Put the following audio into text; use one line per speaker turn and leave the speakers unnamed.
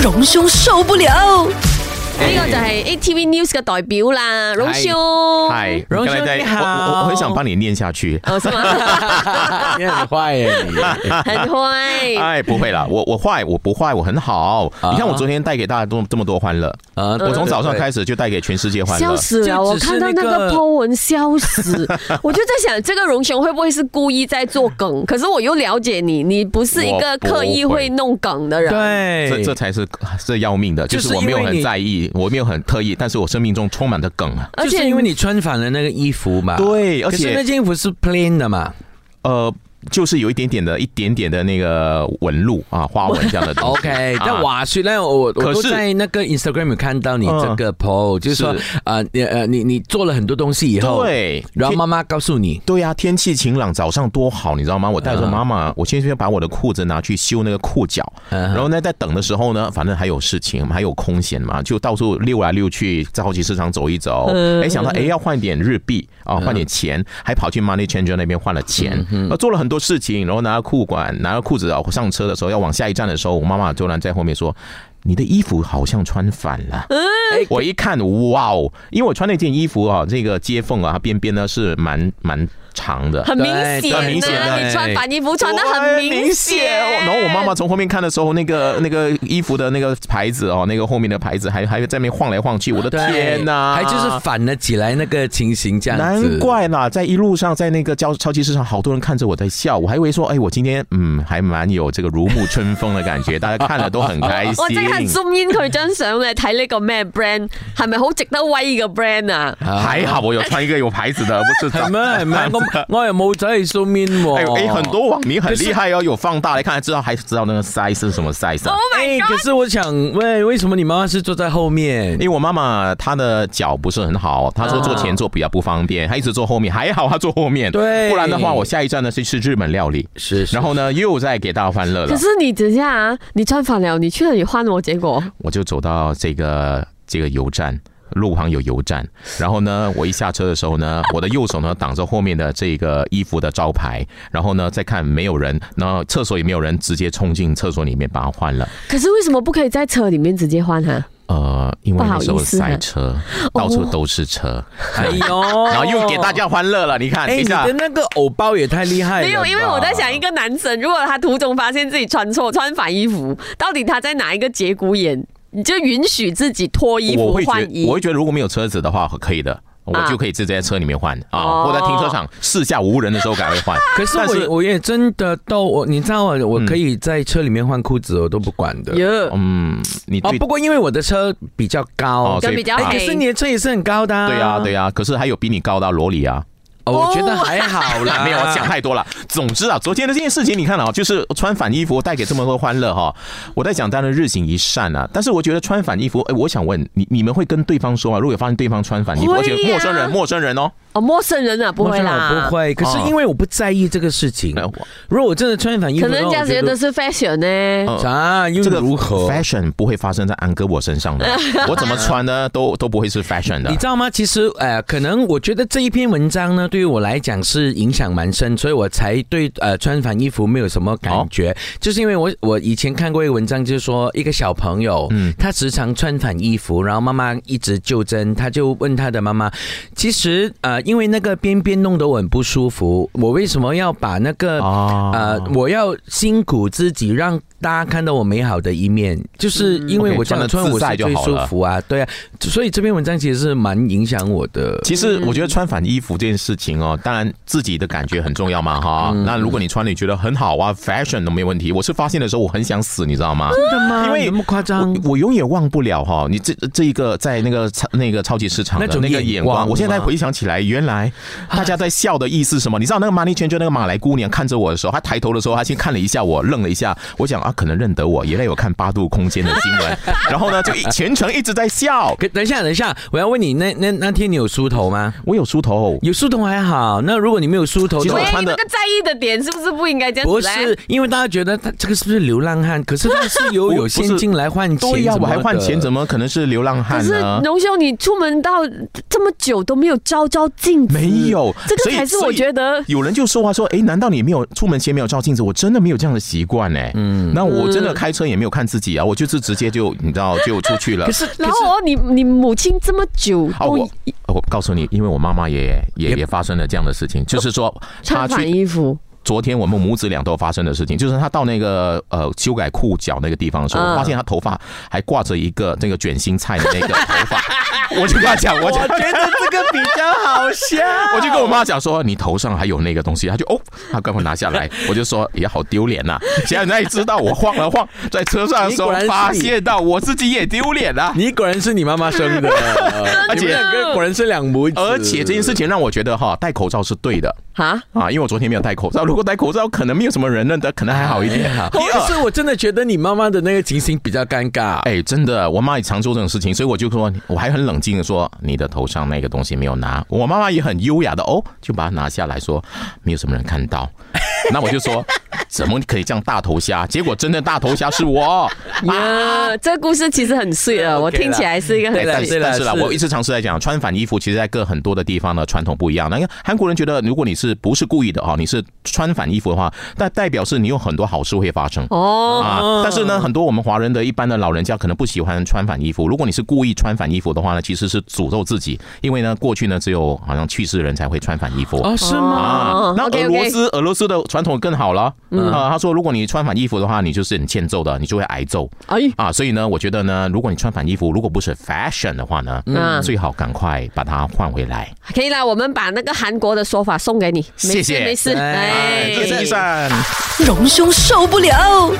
榮兄受不了。
呢個就係 ATV News 嘅代表啦，榮哦兄。
嗨，
荣兄
刚才在
你好
我我我很想帮你念下去。
哦，是 吗？
你很坏耶 你！
很壞。
哎，不会啦，我我坏，我不坏，我很好。
啊
你看我昨天带给大家多这么多欢乐，
啊，
我从早上
始
开始就带给全世界欢
笑
乐。
死了！我
就只
看
是
到那
那个
个 po 文，笑死！ 我就在想，这个荣兄会不会是故意在做梗？可是我又了解你，你不是一个
我不会
刻意会弄梗的人。
对，
这这才是这要命的，就
哎就是
是我没有
因为
很
你
在意，我没有很特意，但是我生命中充满着梗啊。
而
就
且
是因为你穿反了那个衣服嘛。
对而
可是
且
那件衣服是 plain 的嘛。
呃，就是有一点点的、一点点的那个纹路啊，花纹这样的东 西。
OK，
啊
但话说呢，我我
可
都
是
在那个 Instagram 有看到你这个 po，、就是嗯说
是
啊，你呃你你做了很多东西以后，，
对，
然后
天
妈妈告诉你，
对呀、天气晴朗，早上多好，你知道吗？我带着妈妈，我先先把我的裤子拿去修那个裤脚，然后呢，在等的时候呢，反正还有事情，还有空闲嘛，就到处溜来溜去，在超级市场走一走。哎，想到哎要换点日币啊，换点钱，还跑去 Money Changer 那边换了钱，呃做了很多事情，然后拿到裤管，拿到裤子啊，我上车的时候要往下一站的时候，我妈妈突然在后面说。你的衣服好像穿反了，
嗯
哎我一看，哇哦！因为我穿那件衣服啊，这个接缝啊，它边边呢是蛮蛮长的，
很明显、
对
啊，
很明显啊
你穿反衣服穿的很明显。
然后我妈妈从后面看的时候，那个那个衣服的那个牌子哦，那个后面的牌子还还在那边晃来晃去，我的
对
天呐！
还就是反了起来那个情形这样子，
难怪啦，在一路上在那个超超级市场，好多人看着我在笑，我还以为说，哎，我今天嗯还蛮有这个如沐春风的感觉，大家看了都很开心。
我即刻 zoom in 佢張相，你睇呢個咩 brand 係咪好值得威嘅 brand 啊？
还好我有穿一个有牌子的，不是
系咩 系咩？我我又冇走去 zoom in
哎
喎，
哎，很多网民很厉害哦，有放大来看，知道还知道那个 size 是什么 size
哦 Oh
啊？
哎，可是我想问，为什么你妈妈是坐在后面
因？为我妈妈她的脚不是很好，她说坐前座比较不方便，她一直坐后面，还好她坐后面，
对
不然的话我下一站呢是吃日本料理，
是
然
然后
后呢又在给大家欢乐
可
了，
是你等一下啊，你穿反了，你去了你换我，结果
我就走到这个这个油站。路旁有油站，然后呢，我一下车的时候呢，我的右手呢挡着后面的这个衣服的招牌，然后呢再看没有人，然后厕所也没有人，直接冲进厕所里面把它换了。
可是为什么不可以在车里面直接换啊哈、
呃，因为那时
不
候
好意思啊
塞车，到处都是车，
哦
哎呦，
然后又给大。家欢乐了。你看，
哎，
等一
你
下
的，那个藕包也太厉害了吧！
没有，因为我在想，一个男生如果他途中发现自己穿错、穿反衣服，到底他在哪一个节骨眼，你就允许自己脱衣
我
服
会觉
换
得，
衣
我会觉得如果没有车子的话，可以的，我
啊
就可以直接在车里面换啊，
哦
或者在停车场试下无人的时候赶快 换。
可是
但是
我我也真的都我你知道我我可以在车里面换裤子，我都不管的。
哟
嗯，你
哦
对，
不过因为我的车比较高
哦，
跟比较
所以
哎，可是你的车也是很高的、啊。
对呀对呀，可是还有比你高的啊罗里啊，
哦，我觉得还好啦，
没有，我想太多了。总之啊，昨天的这件事情，你看啊，就是穿反衣服带给这么多欢乐哈。我在想，当然日行一善啊，但是我觉得穿反衣服，哎，我想问你，你们会跟对方说啊？如果发现对方穿反衣服，
会呀
而且陌生人，陌生人哦，
哦，陌生人啊，不
陌
会
生人
啦，
不，会。可是因为我不在意这个事情，
那我
如果我真的穿反衣服，
可能人
那
家
我
觉得是 fashion 呢。
嗯
啊，又
这个
如何？
fashion 不会发生在安哥我身上的， 我怎么穿呢，都都不会是 fashion 的
你。知道吗？其实，呃，可能我觉得这一篇文章呢，对于我来讲是影响蛮深，所以我才对呃穿反衣服没有什么感觉，就是因为我我以前看过一个文章，就是说一个小朋友，嗯，他时常穿反衣服，然后妈妈一直纠正，他就问他的妈妈，其实呃，因为那个边边弄得我很不舒服，我为什么要把那个、
啊
呃，我要辛苦自己让。大家看到我美好的一面，就是因为
OK，
我这样
穿
穿
得自
我
在
是
就
最
好
舒
了
服啊，对啊，所以这篇文章其实是蛮影响我的。
其实我觉得穿反衣服这件事情哦，当然自己的感觉很重要嘛哈。
嗯
那如果你穿的你觉得很好啊，fashion 都没问题。我是发现的时候我很想死，你知道吗？
真的吗
因为
那么夸张？
我我永远忘不了哈，你这这一个在那个超那个超级市场的
那种
那个
眼
眼
光
光，我现在
嘛
回想起来，原来大家在笑的意思是什么？你知道那个 money changer 那个马来姑娘看着我的时候，她抬头的时候，她先看了一下我，愣了一下，我想啊，可能认得我，原来有看八度空间的新闻，然后呢，就一全程一直在笑。
可等一下，等一下，我要问你，那那那天你有梳头吗？
我有梳头，
有梳头还好，那如果你没有梳头
其
的
实
话，
我
喂，
穿
你
的
那个在意的点是不是不应该这样
不
子嘞？
啊
是因为大家觉得他这个是不是流浪汉？可是他是由
我
有现金来换钱，
对呀、我还换钱，怎？么可能是流浪
可
汉
是
呢？
荣兄，你出门到这么久都没有照照镜子，
没有，
这个
所以
才是我
所以
觉得
有人就说话说，哎，难道你没有出门前没有照镜子？我真的没有这样的习惯哎。嗯，那那我真的开车也没有看自己啊，我就是直接就你知道就出去了
可。是，可
然
是
后哦你你母亲这么久
哦，
都
我我告诉你，因为我妈妈也也也发生了这样的事情，就是说她
穿反
去
衣服，
昨天我们母子俩都发生的事情，就是她到那个呃修改裤脚那个地方的时候，
嗯
我发现她头发还挂着一个那个卷心菜的 那个头发，我就跟她讲，我
我
讲
觉。得这个比较好笑。
我就跟我妈讲说，你头上还有那个东西，她就哦，她赶快拿下来，我就说也好丢脸 呐、现在知道我晃了晃，在车上的时
你果
候
然是你
发现到我自己也丢脸啊。
你果然是你妈妈生 的，
而
你
且
们两个果然是两母子。
而且这件事情让我觉得哈，戴口罩是对的
哈，
啊，因为我昨天没有戴口罩。如果戴口罩，可能没有什么人认得，可能还好一点。啊第
哦可
二，
是 我真的觉得你妈妈的那个情形比较尴尬。
哎，真的，我妈也常做这种事情，所以我就说，我还很冷静的说，你的头上那个东西没有拿。我妈妈也很优雅的哦，就把它拿下来说，没有什么人看到。那我就说，怎么可以这样大头虾？结果真的大头虾是我。
呀，这个故事其实很碎啊，我
OK 啦
听起来是一个很
哎，但
对
是
啦
但是啦，
是
我一直尝试来讲，穿反衣服其实在各很多的地方呢，传统不一样。那因为韩国人觉得，如果你是不是故意的啊，你是穿反衣服的话，那代表是你有很多好事会发生。
哦，
啊，但是呢，很多我们华人的一般的老人家可能不喜欢穿反衣服。如果你是故意穿反衣服的话呢，其实是诅咒自己，因为呢，过去呢只有好像去世人才会穿反衣服。
哦，是吗？
啊
哦，
那俄
OK，OK 嗯
罗斯俄罗斯的传统更好了啊、他说如果你穿反衣服的话，你就是很欠揍的，你就会挨揍。
哎，
啊，所以呢，我觉得呢，如果你穿反衣服，如果不是 fashion 的话呢，
嗯
最好赶快把它换回来。
可以啦，我们把那个韩国的说法送给你，没事
谢谢
没事，
哎
哎
这是一扇。
荣兄受不了。